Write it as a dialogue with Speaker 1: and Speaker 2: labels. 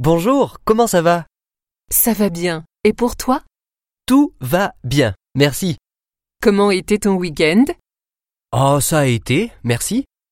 Speaker 1: Bonjour, comment ça va
Speaker 2: Ça va bien. Et pour toi
Speaker 1: Tout va bien, merci.
Speaker 2: Comment était ton week-end
Speaker 1: Oh, ça a Ah, été, merci.